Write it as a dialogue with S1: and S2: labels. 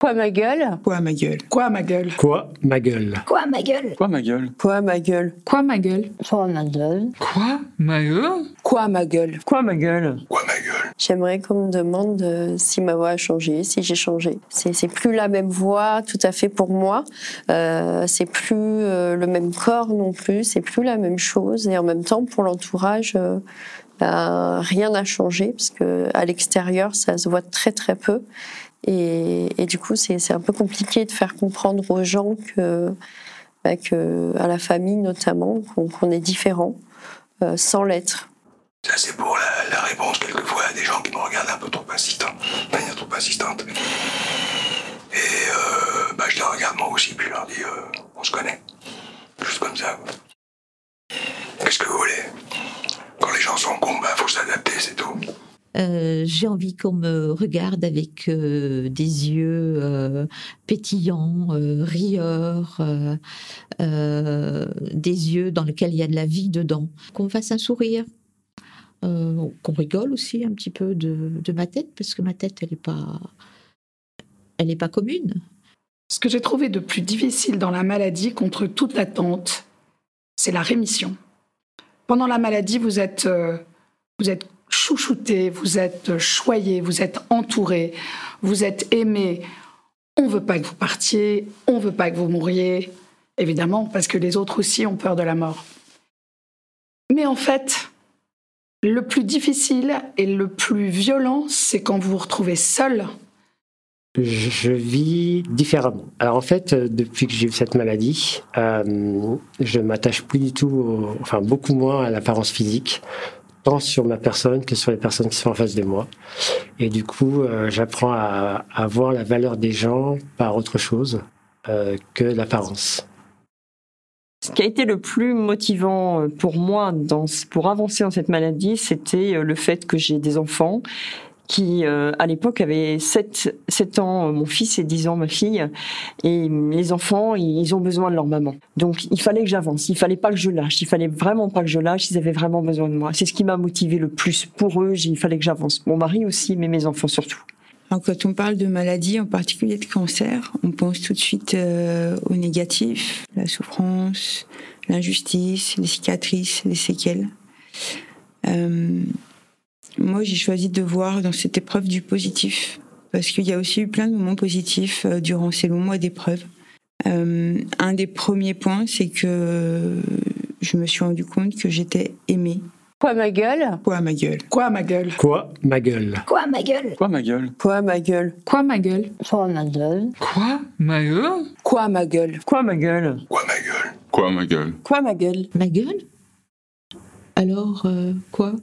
S1: Quoi ma gueule
S2: Quoi ma gueule
S3: Quoi ma gueule
S4: Quoi ma gueule
S5: Quoi ma gueule
S3: Quoi ma gueule
S2: Quoi ma gueule
S6: Quoi ma gueule
S5: Quoi ma gueule
S7: Quoi Ma gueule
S2: Quoi ma gueule
S8: Quoi ma gueule
S3: Quoi ma gueule
S9: J'aimerais qu'on me demande euh, si ma voix a changé, si j'ai changé. C'est c'est plus la même voix tout à fait pour moi. Euh, c'est plus euh, le même corps non plus. C'est plus la même chose. Et en même temps, pour l'entourage, euh, ben, rien n'a changé parce que à l'extérieur, ça se voit très très peu. Et, et du coup, c'est c'est un peu compliqué de faire comprendre aux gens que, ben, que à la famille notamment, qu'on qu'on est différent euh, sans l'être.
S10: Ça, c'est pour la, la réponse, quelquefois, à des gens qui me regardent un peu trop insistant, de manière trop insistante. Et euh, bah, je les regarde moi aussi, puis je leur dis euh, on se connaît. Juste comme ça. quoi. Qu'est-ce que vous voulez Quand les gens sont cons, bah, faut s'adapter, c'est tout.
S11: Euh, j'ai envie qu'on me regarde avec euh, des yeux euh, pétillants, euh, rieurs, euh, euh, des yeux dans lesquels il y a de la vie dedans, qu'on me fasse un sourire, euh, qu'on rigole aussi un petit peu de, de ma tête, parce que ma tête, elle n'est pas, elle est pas commune.
S3: Ce que j'ai trouvé de plus difficile dans la maladie contre toute attente, c'est la rémission. Pendant la maladie, vous êtes, euh, vous êtes chouchouté, vous êtes euh, choyé, vous êtes entouré, vous êtes aimé. On veut pas que vous partiez, on veut pas que vous mouriez, évidemment, parce que les autres aussi ont peur de la mort. Mais en fait, le plus difficile et le plus violent, c'est quand vous vous retrouvez seul
S4: Je je vis différemment. Alors en fait, euh, depuis que j'ai eu cette maladie, euh, je m'attache plus du tout, au- enfin beaucoup moins à l'apparence physique, tant sur ma personne que sur les personnes qui sont en face de moi. Et du coup, euh, j'apprends à, à voir la valeur des gens par autre chose euh, que l'apparence.
S8: Ce qui a été le plus motivant euh, pour moi dans, ce- pour avancer dans cette maladie, c'était euh, le fait que j'ai des enfants qui, euh, à l'époque, avaient 7, 7 ans, euh, mon fils et 10 ans, ma fille. Et hum, les enfants, ils ils ont besoin de leur maman. Donc, il fallait que j'avance, il fallait pas que je lâche, il fallait vraiment pas que je lâche, ils avaient vraiment besoin de moi. C'est ce qui m'a motivé le plus pour eux, j'ai- il fallait que j'avance. Mon mari aussi, mais mes enfants surtout.
S2: Alors, Quand on parle de maladie, en particulier de cancer, on pense tout de suite euh, au négatif, la souffrance, l'injustice, les cicatrices, les séquelles. Euh, moi, j'ai choisi de voir dans cette épreuve du positif, parce qu'il y a aussi eu plein de moments positifs euh, durant ces longs mois d'épreuve. Euh, un des premiers points, c'est que je me suis rendu compte que j'étais aimée.
S1: Quoi ma gueule
S2: Quoi à ma gueule
S3: Quoi ma gueule
S4: Quoi ma gueule
S5: Quoi ma gueule
S3: Quoi ma gueule
S2: Quoi à ma gueule
S6: Quoi ma gueule
S5: Quoi ma gueule
S7: Quoi Ma gueule
S2: Quoi à ma gueule
S8: Quoi, ma gueule
S10: Quoi, ma gueule
S3: Quoi ma gueule
S2: Quoi ma gueule
S11: Ma gueule Alors, euh, quoi